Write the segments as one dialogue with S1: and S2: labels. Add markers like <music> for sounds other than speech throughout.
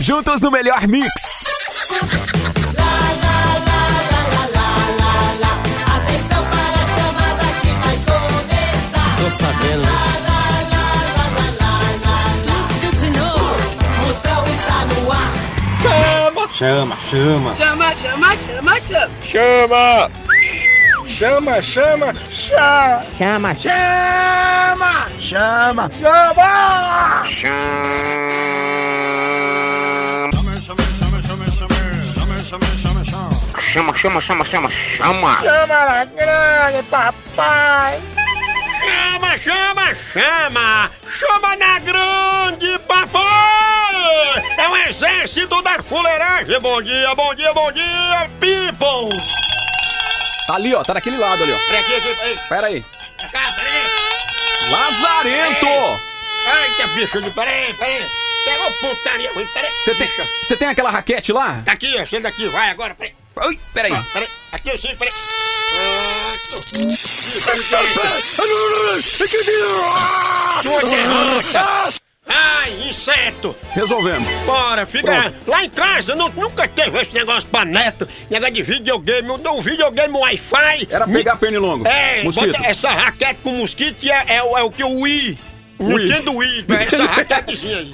S1: Juntos no melhor mix.
S2: Tô sabendo.
S3: Tudo de novo. O céu está no ar.
S2: Chama, chama.
S3: Chama, chama, chama, chama.
S2: Chama! Chama, chama! Chama! Chama! Chama! Chama! Chama!
S4: Chama, chama, chama, chama, chama!
S2: Chama na grande, papai! Chama, chama, chama! Chama na grande, papai! É o exército da fuleiragem! Bom dia, bom dia, bom dia, people!
S1: Tá ali, ó, tá naquele lado ali, ó.
S2: Peraí, peraí,
S1: Pera aí.
S2: peraí!
S1: Lazarento!
S2: Eita, bicho de peraí, peraí! Pega o putaria, ruim, peraí!
S1: Você tem, você tem aquela raquete lá? Ah.
S2: Tá aqui, chega aqui, vai agora, peraí!
S1: Ui, peraí.
S2: Ó, Peraí, aqui sim, peraí!
S1: Tá
S2: é Ai, inseto!
S1: É. Resolvemos.
S2: Bora, fica lá em casa, não, nunca teve esse negócio pra neto, negócio de videogame, eu dou um videogame, um wi-fi.
S1: Era
S2: Me-
S1: pegar pernilongo.
S2: É,
S1: Mosquito.
S2: bota essa raquete com mosquito que é, é o- é o que o Wii.
S1: Wii. Tá.
S2: Nintendo Wii, né? essa raquetezinha
S1: <laughs>
S2: aí.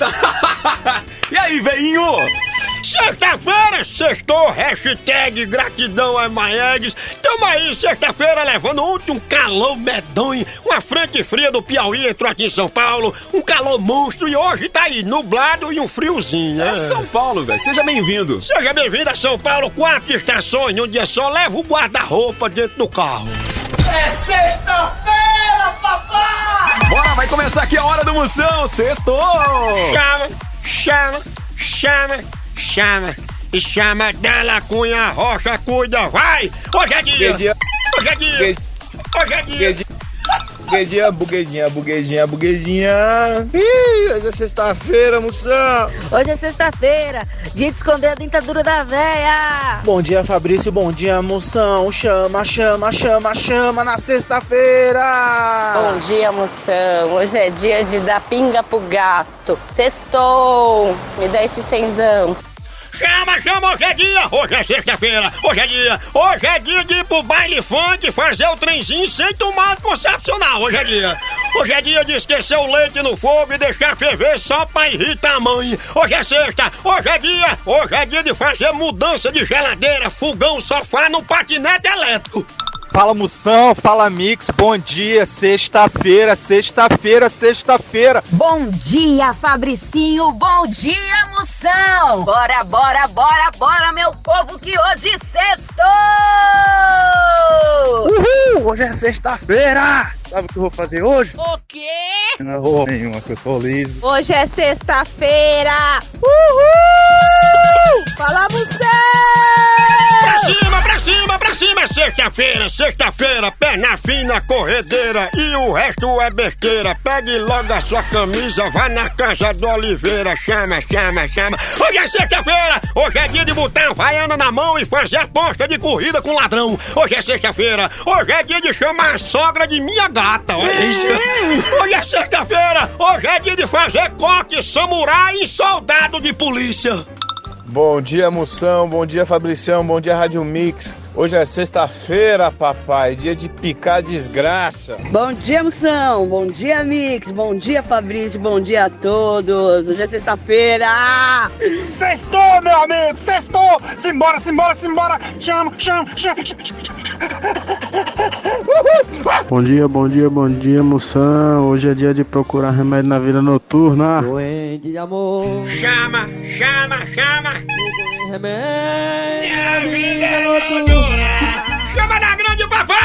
S1: E aí, veinho?
S2: Sexta-feira, sextou, hashtag gratidão a Maegues. Tamo aí, sexta-feira, levando ontem um calor medonho. Uma frente fria do Piauí entrou aqui em São Paulo. Um calor monstro e hoje tá aí nublado e um friozinho.
S1: É
S2: né?
S1: São Paulo, velho. Seja bem-vindo.
S2: Seja bem-vindo a São Paulo, quatro estações num dia só. Leva o guarda-roupa dentro do carro.
S3: É sexta-feira, papai!
S1: Bora, vai começar aqui a hora do Moção. Sextou!
S2: Chama, chama, chama, chama. E chama dela, cunha, rocha, cuida, vai! Hoje é
S4: Bom
S2: dia!
S4: dia.
S2: Hoje é dia! Hoje é dia!
S4: Burguesinha, burguesinha, burguesinha, burguesinha. Ih, hoje é sexta-feira, moção.
S5: Hoje é sexta-feira, dia de esconder a dentadura da véia.
S6: Bom dia, Fabrício. Bom dia, moção. Chama, chama, chama, chama na
S5: Bom
S6: sexta-feira.
S5: dia, moção. Hoje é dia de dar pinga pro gato. Sextou. Me dá esse cenzão.
S2: Chama, chama, hoje é dia! Hoje é sexta-feira, hoje é dia! Hoje é dia de ir pro baile funk fazer o trenzinho sem tomar anticoncepcional, hoje é dia! Hoje é dia de esquecer o leite no fogo e deixar ferver só pra irritar a mãe! Hoje é sexta, hoje é dia! Hoje é dia de fazer mudança de geladeira, fogão, sofá no patinete elétrico!
S6: Fala, moção. Fala, Mix. Bom dia. Sexta-feira, sexta-feira, sexta-feira.
S7: Bom dia, Fabricinho. Bom dia, moção. Bora, bora, bora, bora, meu povo, que hoje sextou!
S8: Uhul! Hoje é sexta-feira! Sabe o que eu vou fazer hoje?
S7: O quê?
S8: Não vou nenhuma, que eu tô liso.
S7: Hoje é sexta-feira. Uhul! Fala, moção!
S2: Pra cima, pra cima, pra cima, é sexta-feira, sexta-feira, perna fina, corredeira e o resto é besteira. Pegue logo a sua camisa, vá na casa do Oliveira, chama, chama, chama. Hoje é sexta-feira, hoje é dia de botar a vaiana na mão e fazer aposta de corrida com ladrão. Hoje é sexta-feira, hoje é dia de chamar a sogra de minha gata, olha isso. Hoje é sexta-feira, hoje é dia de fazer coque, samurai e soldado de polícia.
S4: Bom dia, moção. Bom dia, Fabricião. Bom dia, Rádio Mix. Hoje é sexta-feira, papai. Dia de picar desgraça.
S9: Bom dia, Moção. Bom dia, Mix. Bom dia, Fabrício. Bom dia a todos. Hoje é sexta-feira.
S8: Sextou, meu amigo! Sextou! Simbora, simbora, simbora! Chama, chama, chama!
S10: Bom dia, bom dia, bom dia, moção. Hoje é dia de procurar remédio na vida noturna.
S3: Doente de amor,
S2: Chama, chama, chama.
S3: remédio.
S2: Chama na grande papai!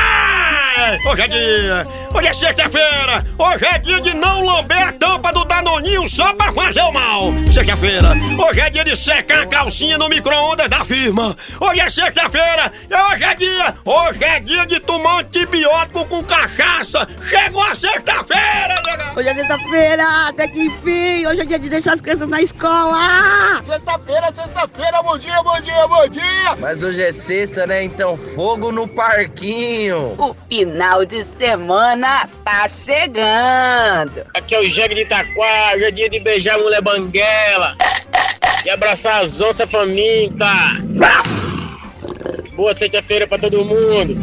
S2: vai! Hoje é dia! Hoje é sexta-feira! Hoje é dia de não lamber a tampa do Danoninho só pra fazer o mal! Sexta-feira! Hoje é dia de secar a calcinha no micro-ondas da firma! Hoje é sexta-feira! Hoje é dia! Hoje é dia de tomar antibiótico com cachaça! Chegou a sexta-feira, nega!
S9: Hoje é sexta-feira, até que enfim! Hoje é dia de deixar as crianças na escola!
S11: Sexta-feira, sexta-feira, bom dia, bom dia, bom dia!
S4: Mas hoje é sexta, né? Então fogo no parquinho!
S12: O final de semana tá chegando!
S13: Aqui é o Jegue de Itaquá, hoje é dia de beijar a mulher banguela! e abraçar as onças famintas! Boa sexta-feira pra todo mundo!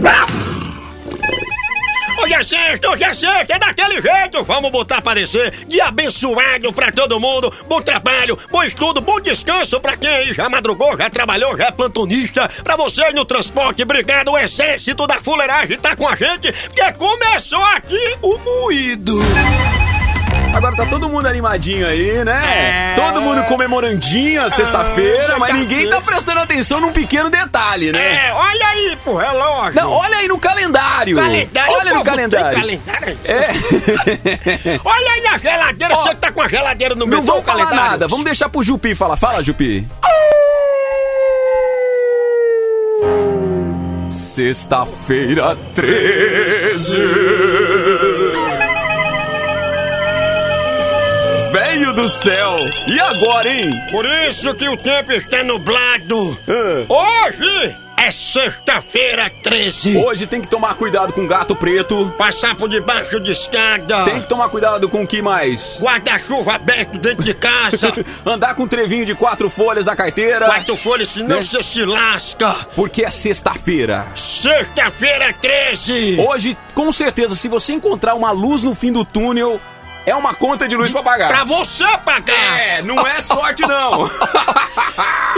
S2: Hoje é sexta, hoje é sexta, é daquele jeito. Vamos botar pra descer. De abençoado pra todo mundo. Bom trabalho, bom estudo, bom descanso pra quem aí já madrugou, já trabalhou, já é plantonista. Pra vocês no transporte, obrigado. O exército da fuleiragem tá com a gente, porque começou aqui o moído.
S1: Agora tá todo mundo animadinho aí, né? É. Todo mundo comemorandinho
S2: Ah,
S1: a sexta-feira, mas ninguém tá prestando atenção num pequeno detalhe, né?
S2: É, olha aí pro relógio.
S1: Não, olha aí no calendário.
S2: Calendário?
S1: Olha
S2: Pô,
S1: no
S2: tem
S1: calendário.
S2: calendário?
S1: É.
S2: <laughs> Olha aí a geladeira, você que tá com a geladeira no meio
S1: Não
S2: do
S1: vamos falar
S2: calendário.
S1: nada, vamos deixar pro Jupi falar. Fala, Jupi. Sexta-feira 13. Velho do céu! E agora, hein?
S2: Por isso que o tempo está nublado.
S1: Ah.
S2: Hoje é sexta-feira 13.
S1: Hoje tem que tomar cuidado com gato preto.
S2: Passar por debaixo de escada.
S1: Tem que tomar cuidado com o que mais?
S2: Guarda-chuva aberto dentro
S1: <laughs>
S2: de casa.
S1: Andar com um trevinho de quatro folhas na carteira.
S2: Quatro folhas, senão
S1: Né?
S2: você se lasca.
S1: Porque é sexta-feira.
S2: Sexta-feira 13.
S1: Hoje, com certeza, se você encontrar uma luz no fim do túnel, é uma conta de luz pra pagar.
S2: Pra você pagar.
S1: É, não é sorte,
S2: <laughs>
S1: não.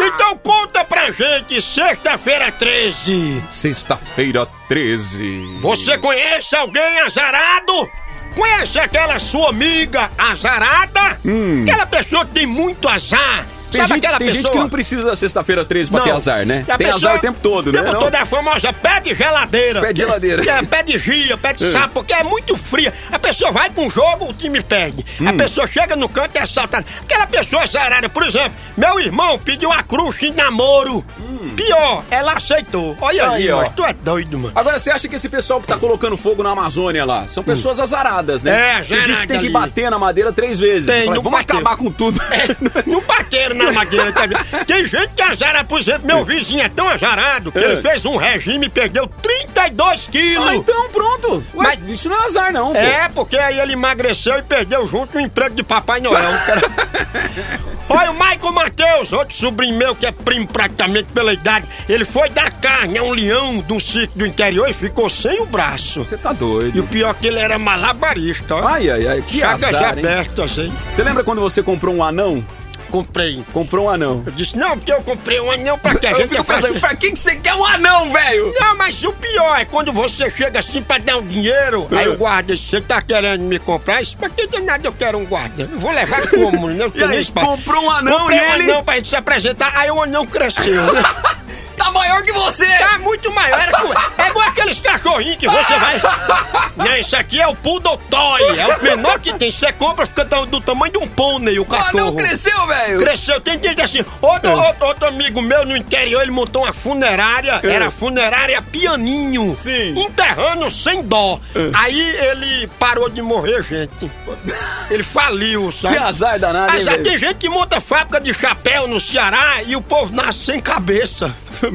S2: Então conta pra gente, sexta-feira 13.
S1: Sexta-feira 13.
S2: Você conhece alguém azarado? Conhece aquela sua amiga azarada? Aquela pessoa que tem muito azar.
S1: Hum. Tem,
S2: Sabe
S1: gente,
S2: aquela
S1: tem
S2: pessoa?
S1: gente que não precisa da sexta-feira 13 pra
S2: Não.
S1: ter azar, né?
S2: Que a
S1: Tem
S2: pessoa-
S1: azar o tempo todo, né?
S2: tempo
S1: Não?
S2: todo é a famosa pé de geladeira.
S1: Pé de geladeira.
S2: É, pé de gia, pé de sapo, porque é muito fria. A pessoa vai pra um jogo, o time perde.
S1: Hum.
S2: A pessoa chega no canto e é assaltada. Aquela pessoa zarada, por exemplo, meu irmão pediu a cruz em namoro. Pior, ela aceitou. Olha aí,
S1: Hum. Aí, ó.
S2: mas tu é doido, mano.
S1: Agora, você acha que esse pessoal que tá colocando fogo na Amazônia lá são pessoas azaradas, né?
S2: Hum.
S1: Que
S2: É,
S1: diz
S2: azarada
S1: que tem que
S2: ali.
S1: bater na madeira três vezes.
S2: Tem,
S1: Fala,
S2: não
S1: Vamos
S2: bateu. É.
S1: acabar com tudo. <laughs>
S2: Não bateram na madeira também. Tem gente que azara, por exemplo, meu vizinho é tão azarado que
S1: É.
S2: ele fez um regime e perdeu 32 quilos.
S1: Ah, então pronto. Ué,
S2: Mas-
S1: isso não é azar, não. pô.
S2: É, porque aí ele emagreceu e perdeu junto o emprego de
S1: <laughs>
S2: Papai Noel. Olha o Michael Matheus, outro sobrinho meu que é primo praticamente pela idade. Ele foi dar carne a um leão do circo do interior e ficou sem o braço.
S1: Você tá
S2: E o
S1: doido.
S2: pior é que ele era malabarista, ó.
S1: Ai, ai, ai, que
S2: Chagas
S1: azar, hein?
S2: abertas, hein?
S1: Você lembra quando você comprou um anão?
S2: assim. Comprei.
S1: Comprou um anão.
S2: Eu disse, não, porque eu comprei um anel pra que a
S1: Eu
S2: gente
S1: fico
S2: faz-
S1: pensando, pra que que você quer um anão, velho?
S2: Não, mas o pior é quando você chega assim pra dar um dinheiro,
S1: É.
S2: aí o guarda diz, você tá querendo me comprar isso? Pra que danado eu quero um guarda? Eu vou levar como? Não
S1: E
S2: tem
S1: aí,
S2: espaço.
S1: comprou um anão
S2: Comprei
S1: e
S2: um
S1: ele
S2: anão pra gente se apresentar, aí o anão cresceu.
S1: <laughs>
S2: né?
S1: tá maior que você.
S2: tá muito maior. Era com- É igual aqueles cachorrinhos que
S1: <laughs>
S2: você vai... Não, isso aqui é o Poodle Toy. É o menor que tem. Você compra, fica do, do tamanho de um pônei o
S1: O
S2: cachorro.
S1: anão cresceu, velho.
S2: Cresceu, tem gente assim.
S1: É.
S2: Outro, outro, outro amigo meu no interior, ele montou uma funerária, era a funerária pianinho.
S1: É. Sim. É.
S2: Enterrando sem dó. Aí ele parou de morrer, gente. Ele faliu, sabe?
S1: Que azar danado, hein,
S2: Mas Ah, já
S1: velho?
S2: tem gente que monta fábrica de chapéu no Ceará e o povo nasce sem cabeça.
S1: Também.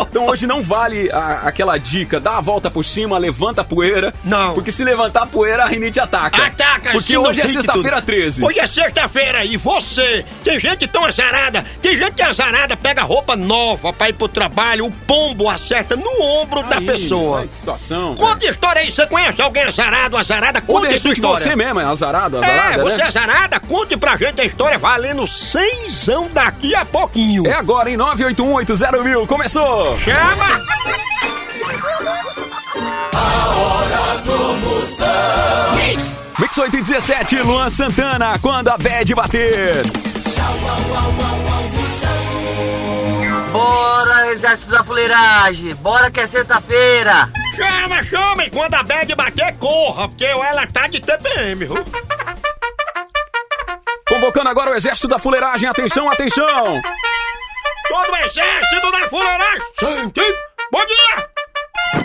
S1: Então hoje não vale a- aquela dica, dá a volta por cima, levanta a poeira.
S2: Não.
S1: Porque se levantar a poeira, a rinite ataca.
S2: Ataca,
S1: Porque
S2: sim,
S1: hoje é
S2: ouvinte
S1: sexta-feira
S2: tudo.
S1: 13.
S2: Hoje é sexta-feira e você, tem gente tão azarada, tem gente que é azarada pega roupa nova pra ir pro trabalho, o pombo acerta no ombro da
S1: Aí,
S2: é pessoa.
S1: olha Que situação.
S2: Conta história aí, você conhece alguém azarado, azarada?
S1: Ou de
S2: Conta sua
S1: repente
S2: história.
S1: você mesmo é azarado,
S2: é,
S1: azarada,
S2: você
S1: né?
S2: azarada? Conte pra gente a história valendo seisão daqui a pouquinho.
S1: É agora, em 981 mil. Começou!
S2: Chama!
S1: Mix 817, Luan Santana, quando a bad bater.
S4: Bora, exército da fuleiragem! Bora que é sexta-feira!
S2: Chama, chama! E quando a bad bater, corra, porque ela tá de TPM, viu?
S1: Convocando agora o exército da fuleiragem. Atenção, atenção!
S2: Todo o exército da fuleiragem! Gente, Bom dia!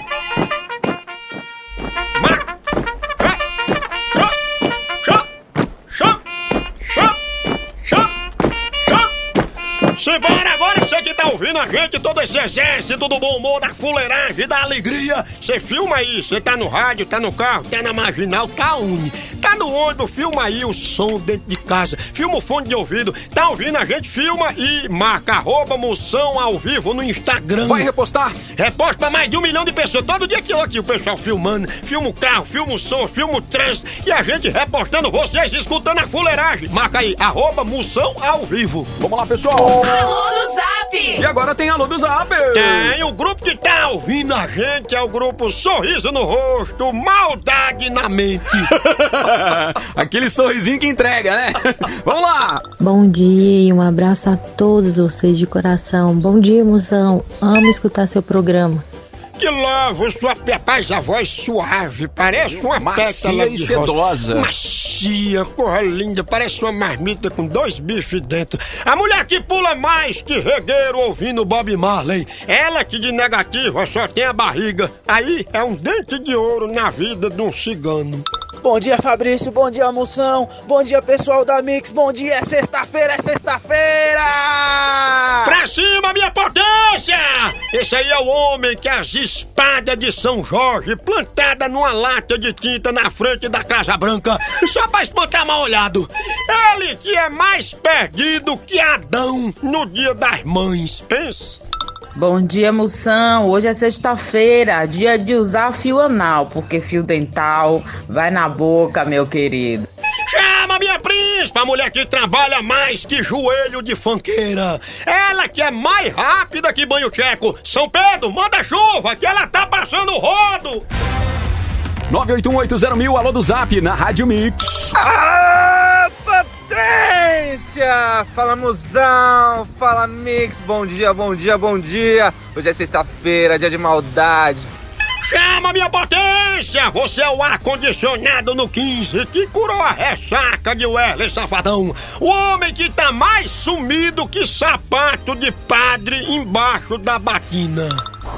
S2: Simbora agora, você que tá ouvindo a gente, todo esse exército do bom humor, da fuleiragem, da alegria. Você filma aí, você tá no rádio, tá no carro, tá na marginal, tá une. Tá no ônibus, filma aí o som dentro de casa, filma o fone de ouvido, tá ouvindo a gente, filma e marca, arroba moção ao vivo no Instagram.
S1: Vai repostar?
S2: Reposta pra mais de um milhão de pessoas. Todo dia que eu aqui, o pessoal filmando, filma o carro, filma o som, filma o trânsito e a gente repostando vocês, escutando a fuleiragem. Marca aí, arroba moção ao vivo.
S1: Vamos lá, pessoal!
S3: Alô do Zap!
S1: E agora tem alô do Zap!
S2: Tem, o grupo que tá ouvindo a gente é o grupo Sorriso no Rosto, Maldade na Mente.
S1: Aquele sorrisinho que entrega, <laughs> né? Vamos lá!
S14: Bom dia e um abraço a todos vocês de coração. Bom dia, moção. Amo escutar seu programa.
S2: Que lovo, sua rapaz, a voz suave, parece uma
S1: Macia
S2: pétala
S1: e
S2: de
S1: sedosa.
S2: rosa. Macia, cor linda, parece uma marmita com dois bichos dentro. A mulher que pula mais que regueiro ouvindo Bob Marley. Ela que de negativa só tem a barriga. Aí é um dente de ouro na vida de um cigano.
S15: Bom dia, Fabrício. Bom dia, Moção. Bom dia, pessoal da Mix. Bom dia, é sexta-feira, é sexta-feira!
S2: Pra cima, minha potência! Esse aí é o homem que as espadas de São Jorge plantada numa lata de tinta na frente da Casa Branca só pra espantar mal olhado. Ele que é mais perdido que Adão no dia das mães. Pensa.
S16: Bom dia, moção. Hoje é sexta-feira, dia de usar fio anal, porque fio dental vai na boca, meu querido.
S2: Chama minha príncipa, a mulher que trabalha mais que joelho de fanqueira. Ela que é mais rápida que banho tcheco. São Pedro, manda chuva que ela tá passando o rodo.
S1: 98180 mil, alô do Zap, na Rádio Mix.
S17: Ah, potência! Fala mozão, fala mix, bom dia, bom dia, bom dia. Hoje é sexta-feira, dia de maldade.
S2: Chama minha potência! Você é o ar-condicionado no 15 que curou a ressaca de Wesley Safadão. O homem que tá mais sumido que sapato de padre embaixo da batina.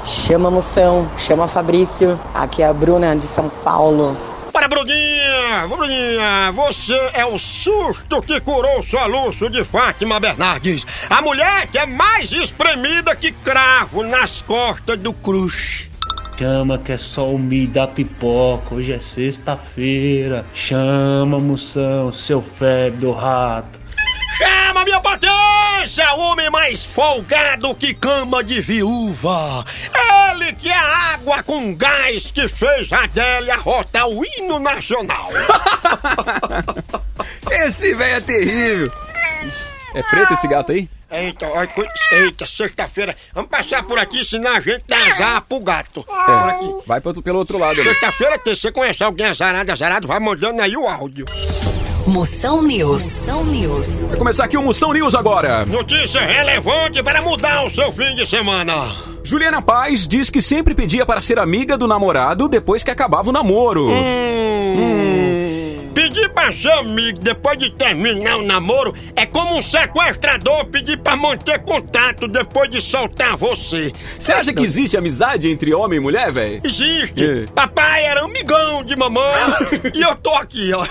S18: Chama Moção, chama Fabrício. Aqui é a Bruna de São Paulo.
S2: Para Bruninha! Bruninha, você é o susto que curou o soluço de Fátima Bernardes. A mulher que é mais espremida que cravo nas costas do cruz.
S19: Chama que é só o me da pipoca, hoje é sexta-feira. Chama, moção, seu febre do rato.
S2: Chama, minha potência! O homem mais folgado que cama de viúva. Ele que é a água com gás que fez a Adélia rotar o hino nacional.
S1: Esse velho é terrível. É preto esse gato aí?
S2: Eita, ó, cu- eita, sexta-feira. Vamos passar por aqui, senão a gente dá azar pro gato. Por aqui.
S1: É. Vai pro outro- pelo outro lado. ali.
S2: Sexta-feira, que você conhece alguém azarado, azarado, vai mandando aí o áudio.
S1: Moção News. Moção News. Vai começar aqui o Moção News agora.
S2: Notícia relevante para mudar o seu fim de semana.
S1: Juliana Paz diz que sempre pedia para ser amiga do namorado depois que acabava o namoro.
S2: Pedir pra ser amigo depois de terminar o namoro é como um sequestrador pedir pra manter contato depois de soltar você.
S1: Você acha que existe amizade entre homem e mulher, velho? É.
S2: Existe. Papai era amigão de mamãe
S1: <laughs>
S2: e eu tô aqui, ó.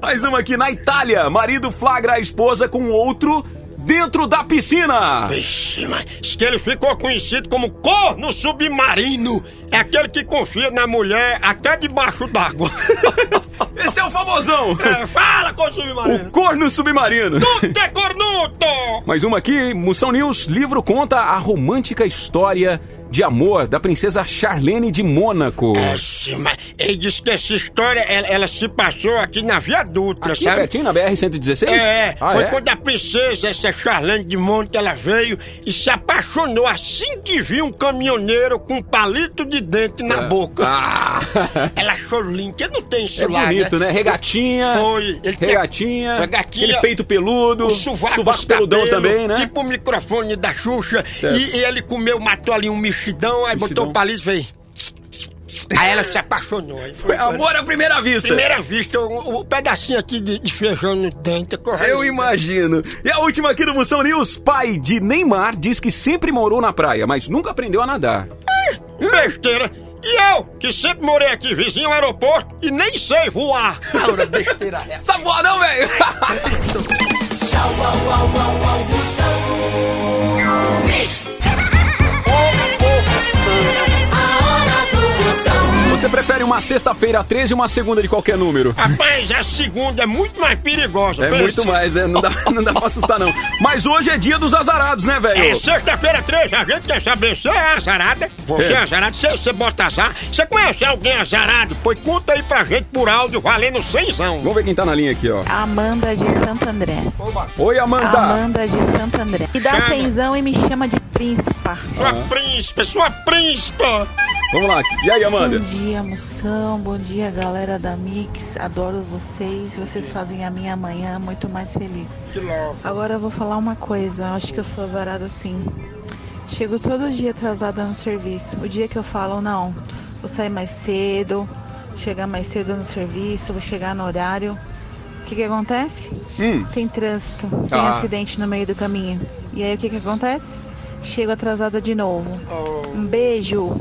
S1: Mais uma aqui na Itália. Marido flagra a esposa com outro dentro da piscina.
S2: Vixe, mas diz que ele ficou conhecido como corno submarino. É aquele que confia na mulher até
S1: <laughs>
S2: debaixo d'água.
S1: Esse é o famosão.
S2: É, fala, corno
S1: O
S2: submarino.
S1: corno submarino.
S2: Tu é cornuto!
S1: Mais uma aqui, Moção News. Livro conta a romântica história de amor da princesa Charlene de Mônaco.
S2: Sim, mas ele disse que essa história, ela, ela se passou aqui na Via Dutra,
S1: Aqui, é
S2: sabe?
S1: pertinho, na BR-116?
S2: É,
S1: Ah,
S2: foi
S1: é?
S2: quando a princesa, essa Charlene de Monte, ela veio e se apaixonou assim que viu um caminhoneiro com um palito de dente na
S1: É.
S2: boca. <laughs> Ela achou lindo, que não tem isso
S1: É
S2: lá,
S1: bonito, né? Regatinha.
S2: Foi. Ele tem-
S1: Regatinha.
S2: Regatinha.
S1: Aquele peito peludo.
S2: O sovaco,
S1: Sovaco
S2: os
S1: peludão
S2: cabelos,
S1: também, né?
S2: Tipo o microfone da Xuxa.
S1: Certo.
S2: E, e ele comeu, matou ali um mexidão, aí botou o palito e fez. Aí ela se apaixonou. Aí
S1: Foi amor à primeira vista.
S2: é Primeira vista, o, o pedacinho aqui de, de feijão no dente, correto?
S1: Eu imagino. E a última aqui do Moção News: pai de Neymar diz que sempre morou na praia, mas nunca aprendeu a nadar.
S2: Besteira. E eu, que sempre morei aqui vizinho ao aeroporto e nem sei voar. Agora, besteira essa.
S1: Essa voa não, velho!
S3: Tchau, au, au, au, au, moção. Mix. A hora do moção.
S1: Você prefere uma sexta-feira 13 ou uma segunda de qualquer número?
S2: <laughs> Rapaz, a segunda é muito mais perigosa.
S1: É
S2: pensa.
S1: muito mais, né? Não dá, não dá pra assustar, não. Mas hoje é dia dos azarados, né, velho?
S2: É sexta-feira 3, a gente quer saber se é azarada. Você é,
S1: É.
S2: azarado, se você bota azar. Você conhece alguém azarado? Pois conta aí pra gente por áudio, valendo cenzão.
S1: Vamos ver quem tá na linha aqui, ó.
S7: Amanda de Santo André.
S1: Oi, Amanda.
S7: Amanda de Santo André. Me dá
S2: Chama.
S7: cenzão e me chama de príncipa.
S2: Sua príncipe, sua príncipa.
S1: Vamos lá. E aí,
S2: Hum,
S1: Amanda?
S7: Bom dia, moção. Bom dia, galera da Mix. Adoro vocês. Vocês fazem a minha manhã muito mais feliz.
S2: Que louco.
S7: Agora eu vou falar uma coisa. Acho que eu sou azarada sim. Chego todo dia atrasada no serviço. O dia que eu falo, não, vou sair mais cedo, chegar mais cedo no serviço, vou chegar no horário. O que, que acontece?
S1: Hum.
S7: Tem trânsito, tem
S1: Ah.
S7: acidente no meio do caminho. E aí o que, que acontece? Chego atrasada de novo. Um beijo.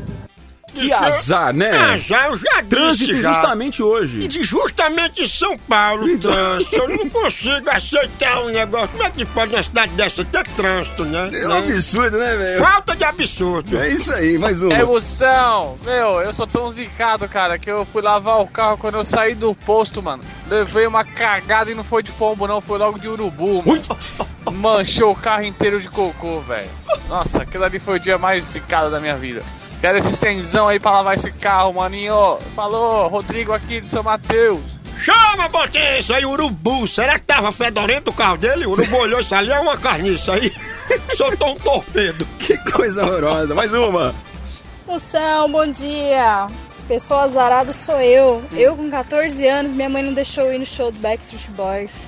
S1: Que azar, né?
S2: Azar, eu "Ah, já disse
S1: Trânsito
S2: já.
S1: justamente
S2: E
S1: hoje.
S2: de justamente em São Paulo, trânsito. Eu não consigo aceitar um negócio. Como é que pode uma cidade dessa ter trânsito, né? Não.
S1: absurdo, né,
S2: Falta de absurdo.
S1: É isso aí, mais uma.
S6: É, moção! Meu, eu sou tão zicado, cara, que eu fui lavar o carro quando eu saí do posto, mano. Levei uma cagada e não foi de pombo, não, foi logo de urubu, mano. Manchou o carro inteiro de cocô, velho. Nossa, aquilo ali foi o dia mais zicado da minha vida. Quero esse cenzão aí pra lavar esse carro, maninho. Falou, Rodrigo aqui de São Mateus.
S2: Chama, botei isso aí, urubu. Será que tava fedorento o carro dele? O urubu olhou isso ali, é uma carniça aí. <laughs> Soltou um torpedo.
S1: Que coisa horrorosa. Mais uma.
S20: Moção, bom dia! Pessoa azarada sou eu. Eu com 14 anos, minha mãe não deixou eu ir no show do Backstreet Boys.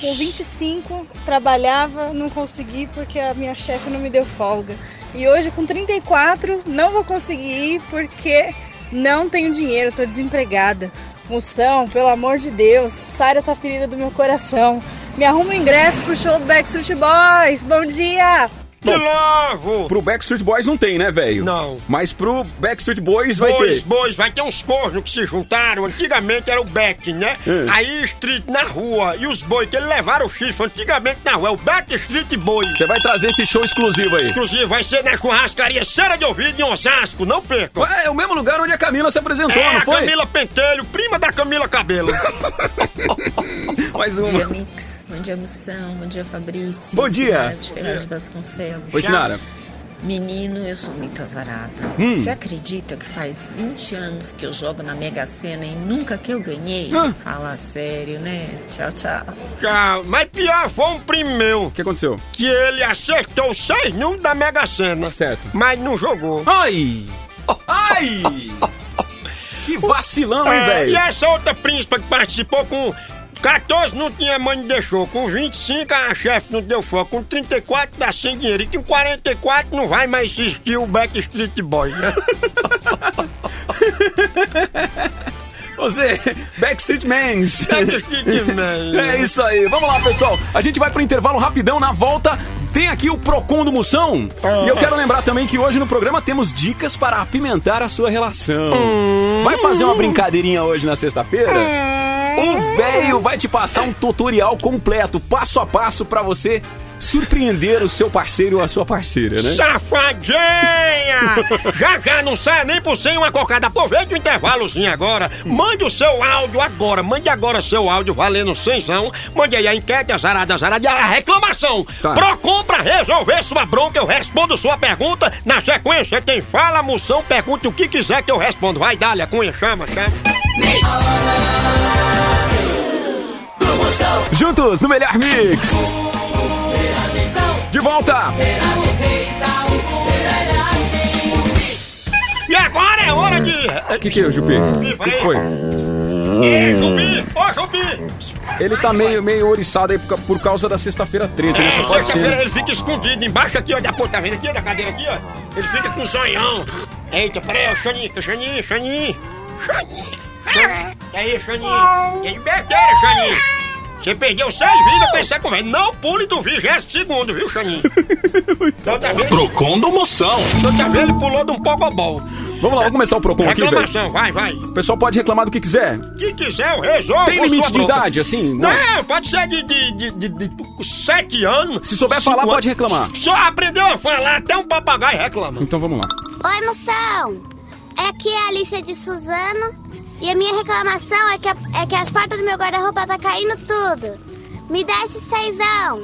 S20: Com 25, trabalhava, não consegui porque a minha chefe não me deu folga. E hoje com 34,
S10: né?
S20: não vou conseguir ir porque não tenho dinheiro, tô desempregada. Moção, pelo amor de Deus, sai dessa ferida do meu coração. Me arruma o ingresso pro show do Backstreet Boys. Bom dia!
S2: De novo.
S1: Pro Backstreet Boys não tem, né, velho?
S2: Não.
S1: Mas pro Backstreet Boys vai
S2: Bois,
S1: ter.
S2: bois, vai ter uns cornos que se juntaram. Antigamente era o Beck, né?
S1: É.
S2: Aí Street na rua. E os bois que eles levaram o chifre antigamente na rua. É o Beck Street Boys.
S1: Você vai trazer esse show exclusivo aí.
S2: Inclusive, vai ser na churrascaria Cera de Ouvido em Osasco. Não percam.
S1: Ué, é o mesmo lugar onde a Camila se apresentou,
S2: é
S1: não
S2: a
S1: foi?
S2: Camila Pentelho, prima da Camila <laughs> Cabelo.
S1: Mais
S10: Bom dia,
S1: uma.
S10: Mix. Bom dia, Moção. Bom dia, Fabrício.
S1: Bom dia.
S10: Sinara de Ferraz de Vasconcelos.
S1: Oi, Sinara.
S10: Menino, eu sou muito azarada.
S1: Hum.
S10: Você acredita que faz 20 anos que eu jogo na Mega Sena e nunca que eu ganhei?
S1: Ah.
S10: Fala sério, né? Tchau, tchau.
S2: Tchau. Mas pior foi um primo meu
S1: O que aconteceu?
S2: que ele acertou seis números da Mega Sena,
S1: Certo.
S2: mas não jogou.
S1: Ai!
S2: <laughs>
S1: Ai! Que vacilão, hein,
S2: É, e
S1: velho?
S2: essa outra príncipa que participou com 14 não tinha mãe não deixou, com 25 a chefe não deu foco, com 34 dá sem dinheiro e com 44 não vai mais existir o Backstreet Boy, <laughs> né?
S1: Você, Backstreet Mans.
S2: Backstreet Man.
S1: É isso aí. Vamos lá, pessoal. A gente vai pro intervalo rapidão. Na volta, tem aqui o Procon do Moção. E eu quero lembrar também que hoje no programa temos dicas para apimentar a sua relação. Vai fazer uma brincadeirinha hoje na sexta-feira? O velho vai te passar um tutorial completo, passo a passo, pra você surpreender o seu parceiro ou a sua parceira, né? <laughs>
S2: Safadinha! já já não sai nem por sem uma cocada. Aproveita o intervalozinho agora. Mande o seu áudio agora. Mande agora seu áudio valendo cenzão. Mande aí a enquete, a zarada, a zarada e a reclamação.
S1: Tá.
S2: Procon pra resolver sua bronca. Eu respondo sua pergunta. Na sequência, quem fala, moção, pergunte o que quiser que eu respondo. Vai, Dália, cunha, chama, chama.
S1: Juntos no Melhor Mix. De volta.
S2: E agora é hora de...
S1: O que que é, Jupi? O que, que foi?
S2: Zumbi! Ô, zumbi!
S1: Ele tá meio, meio oriçado aí por, ca- por causa da sexta-feira 13, né? Só pode ser.
S2: Sexta-feira
S1: né?
S2: É, ele fica escondido embaixo aqui, ó, da ponta venda aqui, ó, da cadeira aqui, ó. Ele fica com o zoião. Eita, peraí, ó, Xanica, Xaninha, Xaninha. Xaninha. E aí, Xaninha? Que besteira, Xaninha. Você perdeu seis vidas pra essa conversa. Não pule do vigésimo segundo,
S1: <laughs>
S2: viu, tá Xaninha? Toda vez...
S1: Procon do Moção.
S2: Toda vez ele pulou de um pogobol.
S1: Vamos lá, vamos começar o Procon aqui, velho.
S2: Reclamação, vai, vai.
S1: O pessoal pode reclamar do que quiser.
S2: que quiser, eu resolvo.
S1: Tem
S2: a
S1: limite
S2: sua
S1: de
S2: bronca.
S1: idade, assim?
S2: Não,
S1: Não.
S2: É, pode ser de, de, de, de, de sete anos.
S1: Se souber
S2: cinco
S1: falar,
S2: anos.
S1: pode reclamar.
S2: Só aprendeu a falar, até um papagaio reclama.
S1: Então vamos lá.
S21: Oi, moção! É Aqui é a Alicia de Suzano e a minha reclamação é que, a- é que as portas do meu guarda-roupa tá caindo tudo. Me dá esse seisão.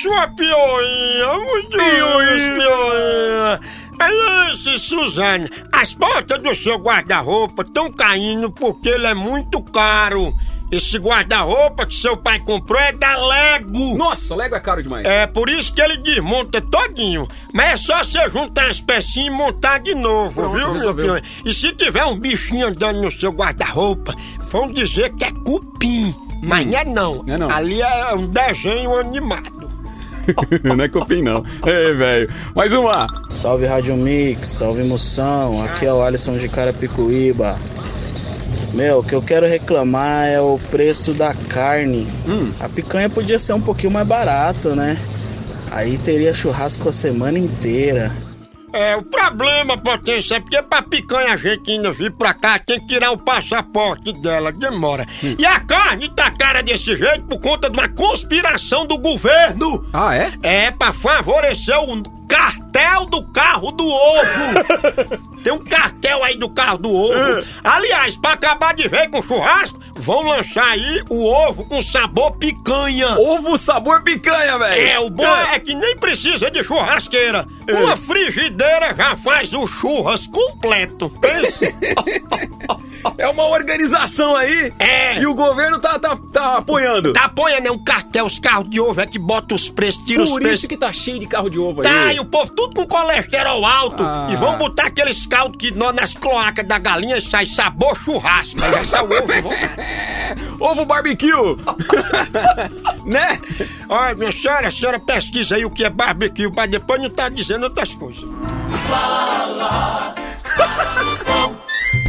S2: Sua um pioinha, meu Deus, pioinha. Alice, É Suzane, as portas do seu guarda-roupa estão caindo porque ele é muito caro. Esse guarda-roupa que seu pai comprou é da Lego.
S1: Nossa, Lego é caro demais.
S2: É por isso que ele desmonta todinho. Mas é só você juntar as pecinhas e montar de novo,
S1: Pronto,
S2: viu, meu
S1: resolveu.
S2: pioinha? E se tiver um bichinho andando no seu guarda-roupa, vão dizer que é cupim. Mas não é não. Ali é um desenho animado.
S1: <laughs> não é copim, não. Ei, velho. Mais uma.
S22: Salve Rádio Mix, salve Moção, aqui é o Alisson de Carapicuíba. Meu, o que eu quero reclamar é o preço da carne. A picanha podia ser um pouquinho mais barato, né? Aí teria churrasco a semana inteira.
S2: É, o problema, potência, é porque pra picanha argentina vir pra cá tem que tirar o passaporte dela, demora. E a carne tá cara desse jeito por conta de uma conspiração do governo.
S1: Ah, é?
S2: É, pra favorecer o cartel do carro do
S1: <laughs>
S2: ovo. tem um cartel aí do carro do
S1: É.
S2: ovo. Aliás, pra acabar de ver com churrasco, vão lançar aí o ovo com sabor picanha.
S1: Ovo sabor picanha, velho.
S2: É, o bom é. que nem precisa de churrasqueira.
S1: É.
S2: Uma frigideira já faz o churras completo. Pense.
S1: É uma organização aí.
S2: É.
S1: E o governo tá, tá, tá apoiando.
S2: Tá apoiando, é um cartel, os carros de ovo é que bota os preços, tira os
S1: Por
S2: preços.
S1: isso que tá cheio de carro de ovo
S2: Tá,
S1: aí.
S2: e o povo tudo com colesterol alto.
S1: Ah.
S2: E vão botar aqueles caldo que nó nas cloacas da galinha e sai sabor churrasco. Mas essa é o ovo, vou...
S1: Ovo barbecue. <laughs> né?
S2: Olha, minha senhora, a senhora pesquisa aí o que é barbecue, pra depois não tá dizendo outras coisas.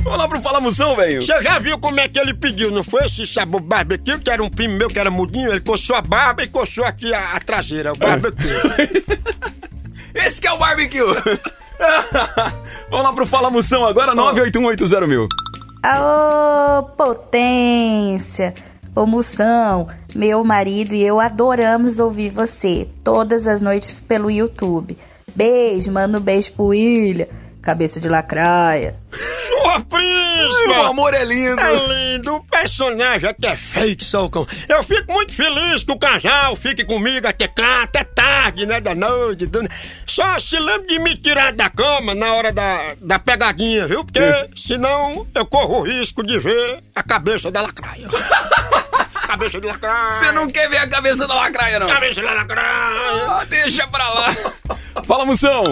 S1: Vamos lá pro Fala Moção, velho.
S2: Você já viu como é que ele pediu, não foi? Esse sabor barbecue, que era um primo meu que era mudinho, ele coçou a barba e coçou aqui a, a traseira, o barbecue.
S1: Esse que é o barbecue. <laughs> Vamos lá pro Fala Moção agora, 98180 mil.
S5: Aô, potência! Ô, Moção, meu marido e eu adoramos ouvir você todas as noites pelo YouTube. Beijo, manda um beijo pro William, cabeça de lacraia.
S2: Sua príncipa!
S5: Ai, o amor é lindo.
S2: É lindo, o personagem até é feito, Salcão. Eu fico muito feliz que o casal fique comigo até cá, até tarde, né, da noite. do- Só se lembre de me tirar da cama na hora da, da pegadinha, viu? Porque senão eu corro o risco de ver a cabeça da <laughs> lacraia. cabeça de lacraia.
S1: Você não quer ver a cabeça da lacraia, não?
S2: Cabeça da lacraia.
S1: Ah, deixa pra lá. <laughs> Fala, Moção.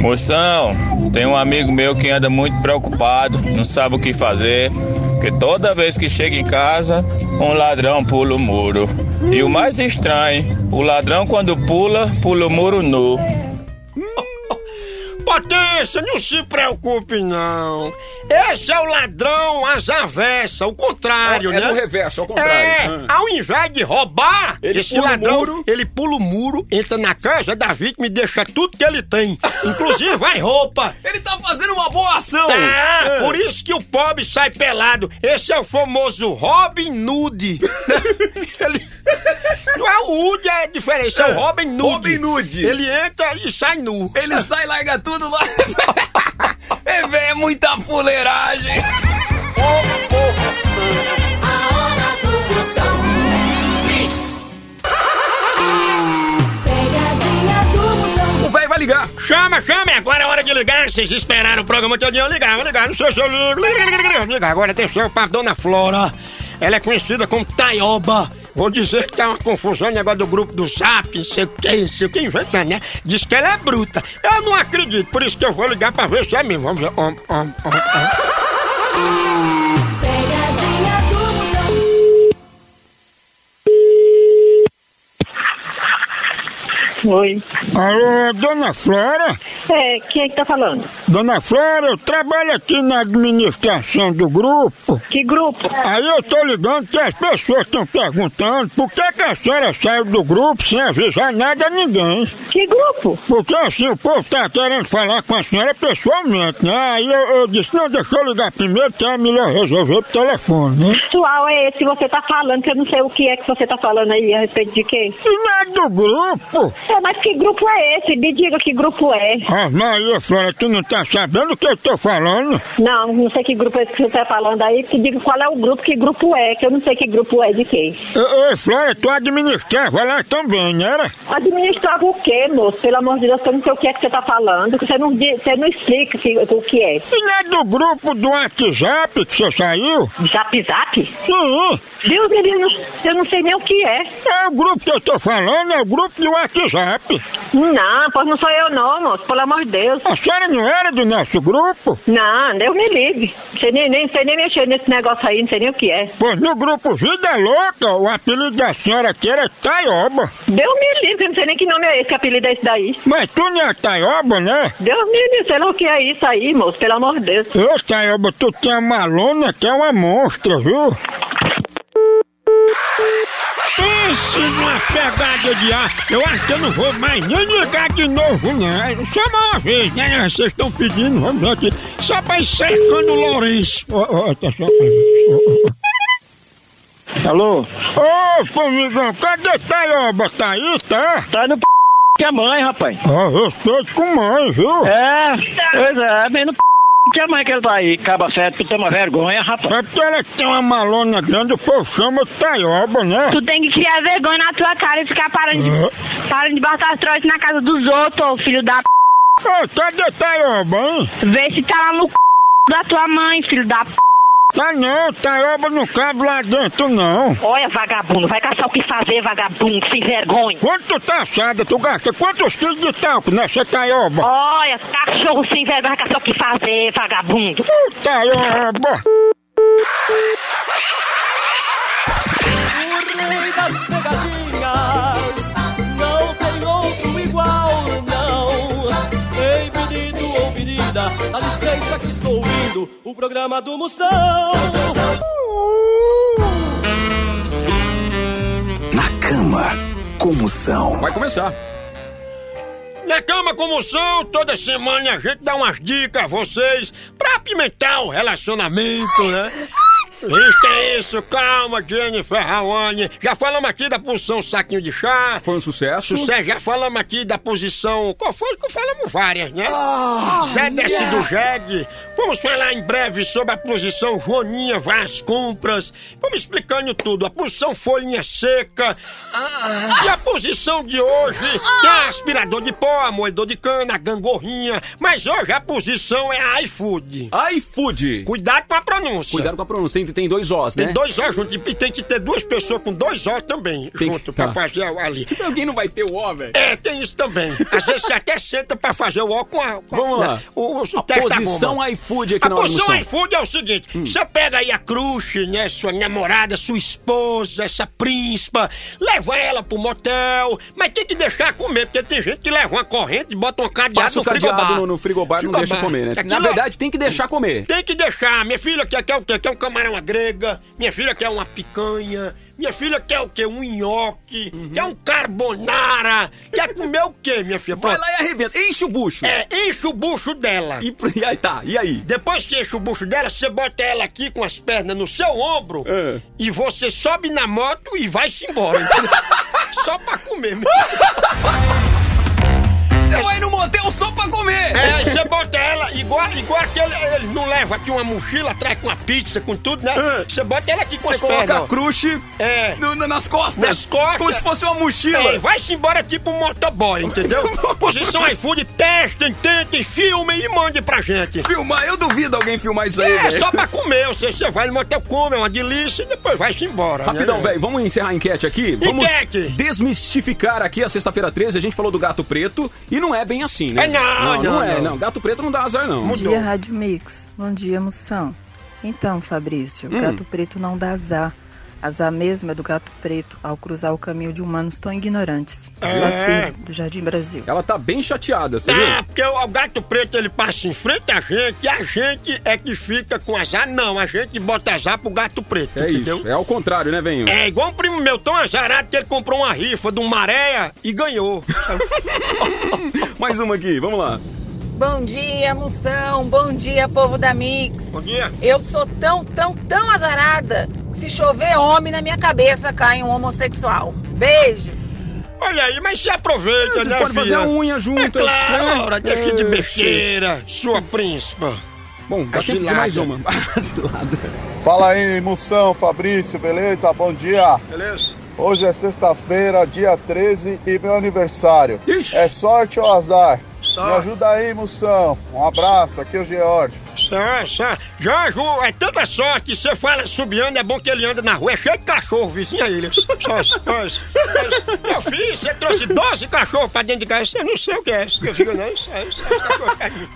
S23: Moção, tem um amigo meu que anda muito preocupado, não sabe o que fazer, porque toda vez que chega em casa, um ladrão pula o muro. E o mais estranho, o ladrão quando pula, pula o muro nu.
S2: Potência, não se preocupe, não. Esse é o ladrão às avessas, o contrário,
S1: É- é
S2: né?
S1: no reverso, ao contrário.
S2: É,
S1: Ah.
S2: ao invés de roubar,
S1: Ele
S2: esse
S1: pula o
S2: ladrão,
S1: muro.
S2: ele pula o muro, entra na casa da vítima e deixa tudo que ele
S1: <laughs>
S2: tem. Inclusive, vai roupa.
S1: Ele tá fazendo uma boa ação.
S2: Tá,
S1: É.
S2: por isso que o pobre sai pelado. Esse é o famoso
S1: <laughs>
S2: Robin Nude. Ele... Não é o Woody, é diferente, é o Robin Nude.
S1: Robin Nude.
S2: Ele entra e sai nu.
S1: Ele sai, larga tudo lá. <laughs> é, velho, é muita fuleiragem. O velho vai ligar.
S2: Chama, chama, agora é hora de ligar. Vocês esperaram o programa todo dia. Eu ligar, vou ligar. Não sei se eu ligo. Liga, liga, liga, liga. Vou ligar. Agora atenção pra Dona Flora. Ela é conhecida como Taioba. Vou dizer que tá uma confusão negócio do grupo do Zap, não sei o que, não sei o que, inventando, né? Diz que ela é bruta. Eu não acredito, por isso que eu vou ligar pra ver se é mesmo. Vamos ver. Om, om, om, om.
S3: Pegadinha do
S8: Oi.
S2: Alô, é dona Flora?
S8: É, quem é que tá falando?
S2: Dona Flora, eu trabalho aqui na administração do grupo.
S8: Que grupo?
S2: Aí eu tô ligando que as pessoas estão perguntando por que, que a senhora saiu do grupo sem avisar nada a ninguém.
S8: Que grupo?
S2: Porque assim, o povo tá querendo falar com a senhora pessoalmente, né? Aí eu, eu disse, não, deixa eu ligar primeiro que é melhor resolver por telefone, né?
S8: Pessoal, é esse que você tá falando, que eu não sei o que é que você tá falando aí a respeito de quê?
S2: Não é do grupo.
S8: É, mas que grupo é esse? Me diga que grupo é.
S2: Ah, Maria Flora, tu não tá sabendo o que eu tô falando?
S8: Não, não sei que grupo é esse que você tá falando aí, que diga qual é o grupo, que grupo é, que eu não sei que grupo é de quê.
S2: Ô, ô, Flora, tu administrava lá também, não era?
S8: Administrava o quê, moço? Pelo amor de Deus, eu não sei o que é que você tá falando, que você não, di- você não explica que- o que é.
S2: E não é do grupo do WhatsApp que você saiu?
S8: Zap Zap?
S2: Sim.
S8: Deus, menino, eu não sei nem o que é.
S2: É o grupo que eu tô falando, é o grupo do WhatsApp.
S8: Não, pois não sou eu não, moço, pelo amor de Deus.
S2: A senhora não era do nosso grupo?
S8: Não, Deus me livre. Você nem, nem, sei nem mexer nesse negócio aí, não sei nem o que é.
S2: Pois no grupo Vida Louca, o apelido da senhora aqui era Taioba.
S8: Deus me livre, eu não sei nem que nome é esse, que apelido é esse daí.
S2: Mas tu não é Taioba, né?
S8: Deus me livre, sei lá o que é isso aí, moço, pelo amor de Deus.
S2: Eu, Taioba, tu tem uma lona que é uma monstra, viu? Pense numa é pegada de ar. Eu acho que eu não vou mais nem ligar de novo, né? Chama uma vez, né? Vocês estão pedindo, vamos ver aqui. Só pra ir cercando o Lourenço. Ó, ó, atenção.
S9: Alô?
S2: Ô, formigão, cadê Taioba? Tá aí, tá?
S9: Tá no p... que é mãe, rapaz.
S2: Ó, respeito com mãe, viu?
S9: É, pois é, bem no p... que é mãe que ele tá aí, caba certo, tu tem uma vergonha, rapaz.
S2: É porque ela tem uma malona grande, o povo chama de Taioba, né?
S24: Tu tem que criar vergonha na tua cara e ficar parando de, parando de botar trote na casa dos outros, ô filho da p.
S2: Ô, cadê Taioba, hein?
S24: Vê se tá lá no c... da tua mãe, filho da p.
S2: Tá não, Taioba não cabe lá dentro, não.
S24: Olha, vagabundo, vai caçar o que fazer, vagabundo, sem vergonha.
S2: Quanto tu tá assada, tu gasta quantos quilos de talco nessa Taioba?
S24: Olha, cachorro sem vergonha, vai caçar o que fazer, vagabundo.
S2: Taioba!
S3: O rei das pegadinhas não tem outro igual, não. Ei, menino ou menina, dá licença que estou indo. O programa do Moção.
S1: Na cama, como são? Vai começar.
S2: Na cama como são, toda semana a gente dá umas dicas a vocês pra apimentar o relacionamento, né? Isso é isso, calma, Jennifer Rawane. Já falamos aqui da posição saquinho de chá.
S1: Foi um sucesso.
S2: Sucesso, já falamos aqui da posição. Qual foi que falamos várias, né?
S1: Ah,
S2: Zé desce
S3: yeah.
S2: do jegue. Vamos falar em breve sobre a posição Joaninha Vaz Compras. Vamos explicando tudo. A posição folhinha seca.
S1: Ah.
S2: E a posição de hoje tem aspirador de pó, moedor de cana, gangorrinha. Mas hoje a posição é iFood.
S1: iFood.
S2: Cuidado com a pronúncia.
S1: Cuidado com a pronúncia, tem, tem dois Os, né?
S2: Tem dois ó juntos e tem que ter duas pessoas com dois ó também junto
S1: tá.
S2: pra fazer ali.
S1: Alguém não vai ter o O, velho?
S2: É, tem isso também. Às vezes você até senta pra fazer o ó com a. com a-
S1: Vamos lá.
S2: O, o, o
S1: A
S2: testa
S1: posição
S2: bomba.
S1: iFood aqui
S2: A
S1: na Hum. hora do
S2: posição
S1: Moção.
S2: iFood é o seguinte: você pega aí a crush, né? Sua namorada, sua esposa, essa príncipa, leva ela pro motel, mas tem que deixar comer, porque tem gente que leva uma corrente, bota um cadeado
S1: Passa
S2: no
S1: o cadeado
S2: frigobar.
S1: no, no frigobar e não deixa comer, né? Na
S2: Aquilo-
S1: verdade, tem que deixar comer.
S2: tem que deixar. Minha filha quer, quer o quê? Quer um camarão à grega. Minha filha quer uma picanha. Minha filha quer o quê? Um nhoque.
S1: Uhum.
S2: Quer um carbonara. Quer comer o quê, minha filha?
S1: Vai lá e arrebenta. Enche o bucho.
S2: É, enche o bucho dela.
S1: E, e aí tá, e aí?
S2: Depois que enche o bucho dela, você bota ela aqui com as pernas no seu ombro
S1: É.
S2: e você sobe na moto e vai-se embora. entendeu? <laughs> Só pra comer, meu.
S1: Você vai no motel só pra comer!
S2: É, você bota ela igual, igual aquele. Eles não levam aqui uma mochila atrás com uma pizza, com tudo, né? Você bota ela aqui com
S1: É. Você
S2: as
S1: coloca
S2: pernas.
S1: a crush
S2: é,
S1: no- na- nas costas.
S2: Nas costas.
S1: Como se fosse uma mochila.
S2: É, vai-se embora tipo um motoboy,
S1: <laughs>
S2: entendeu?
S1: Um
S2: Posição iFood, testem, tentem, filmem e mandem pra gente.
S1: Filmar, eu duvido alguém filmar isso aí,
S2: É,
S1: velho.
S2: só pra comer, você, você vai no motel, come, é uma delícia e depois vai-se embora. né?
S1: Rapidão, velho, vamos encerrar a enquete aqui? Vamos
S2: Enquete!
S1: desmistificar aqui a sexta-feira 13. A gente falou do gato preto e não é bem assim, né?
S2: É,
S1: não,
S2: não, não,
S1: é,
S2: não.
S1: não. Gato preto não dá azar, não.
S11: Bom dia, Rádio Mix. Bom dia, Moção. Então, Fabrício, o
S1: Hum.
S11: gato preto não dá azar.
S25: Azar mesmo é do gato preto ao cruzar o caminho de humanos tão ignorantes.
S2: É.
S25: Jacir, do Jardim Brasil.
S1: Ela tá bem chateada, você
S2: Tá,
S1: viu? É
S2: porque o, o gato preto ele passa em frente a gente e a gente é que fica com azar. Não, a gente bota azar pro gato preto,
S1: É
S2: entendeu?
S1: isso. É ao contrário, né, Venho?
S2: É igual um primo meu tão azarado que ele comprou uma rifa do Maréia e
S1: <laughs>
S2: ganhou.
S1: Mais uma aqui, vamos lá.
S7: Bom dia, Moção. Bom dia, povo da Mix.
S2: Bom dia.
S7: Eu sou tão, tão, tão azarada que se chover homem na minha cabeça cai um homossexual. Beijo.
S2: Olha aí, mas se aproveita,
S7: Vocês
S2: né,
S7: podem fazer
S2: filha?
S1: um
S7: a unha juntas,
S2: É claro,
S1: né?
S2: ora, deixa de
S1: Oxe.
S2: besteira, sua príncipa.
S1: Bom,
S2: dá
S1: tempo de mais
S2: <laughs>
S1: uma.
S4: Fala aí, Moção, Fabrício, beleza? Bom dia.
S2: Beleza?
S4: Hoje é sexta-feira, dia 13 e meu aniversário. É sorte ou azar? Me ajuda aí, Moção. Um abraço, aqui é o George.
S2: Só, só. Jorge, é tanta sorte que você fala subiando, é bom que ele anda na rua, é cheio de cachorro, vizinho a ele. Só, só, só. Meu filho, você trouxe 12 cachorros pra dentro de casa, você não sei o que é isso. Eu digo, não, isso é isso.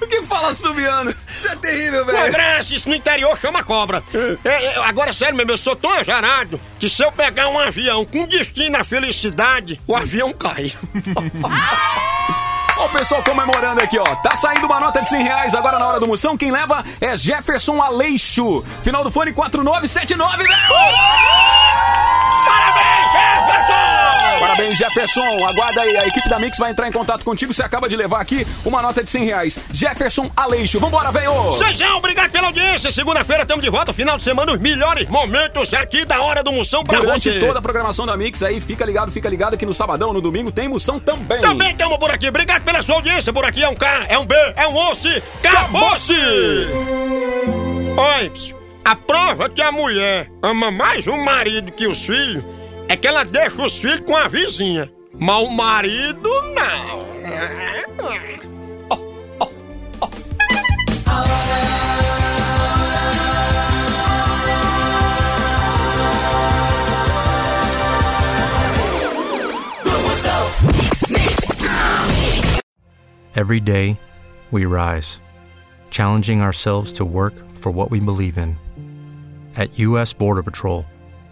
S1: O que fala subiando? Isso é terrível,
S2: velho. Cobrança, isso no interior chama cobra. É, é, agora, sério mesmo, eu sou tão azarado que se eu pegar um avião com destino à felicidade, o avião cai.
S1: Ó, o pessoal comemorando aqui, ó. Tá saindo uma nota de 100 reais agora na hora do moção. Quem leva é Jefferson Aleixo. Final do fone 4979, velho!
S2: É,
S1: Parabéns, Jefferson! Aguarda aí, a equipe da Mix vai entrar em contato contigo. Você acaba de levar aqui uma nota de 100 reais. Jefferson Aleixo, vambora, velho!
S2: Sejam, obrigado pela audiência. Segunda-feira estamos de volta, final de semana, os melhores momentos aqui da hora do Moção pra
S1: Durante
S2: você.
S1: toda a programação da Mix aí, fica ligado, fica ligado que no sabadão, no domingo, tem moção também.
S2: Também estamos por aqui. Obrigado pela sua audiência. Por aqui é um K, é um B, é um osso. Acabou-se! Oi, psiu. a prova que a mulher ama mais o marido que os filhos é que ela deixa os filhos com a vizinha. Mas o marido não.
S21: Every day, we rise, challenging ourselves to work for what we believe in. At U.S. Border Patrol,